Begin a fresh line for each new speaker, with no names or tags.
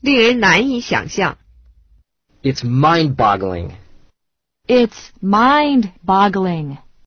令人难以想象。
It's mind boggling.
It's mind boggling.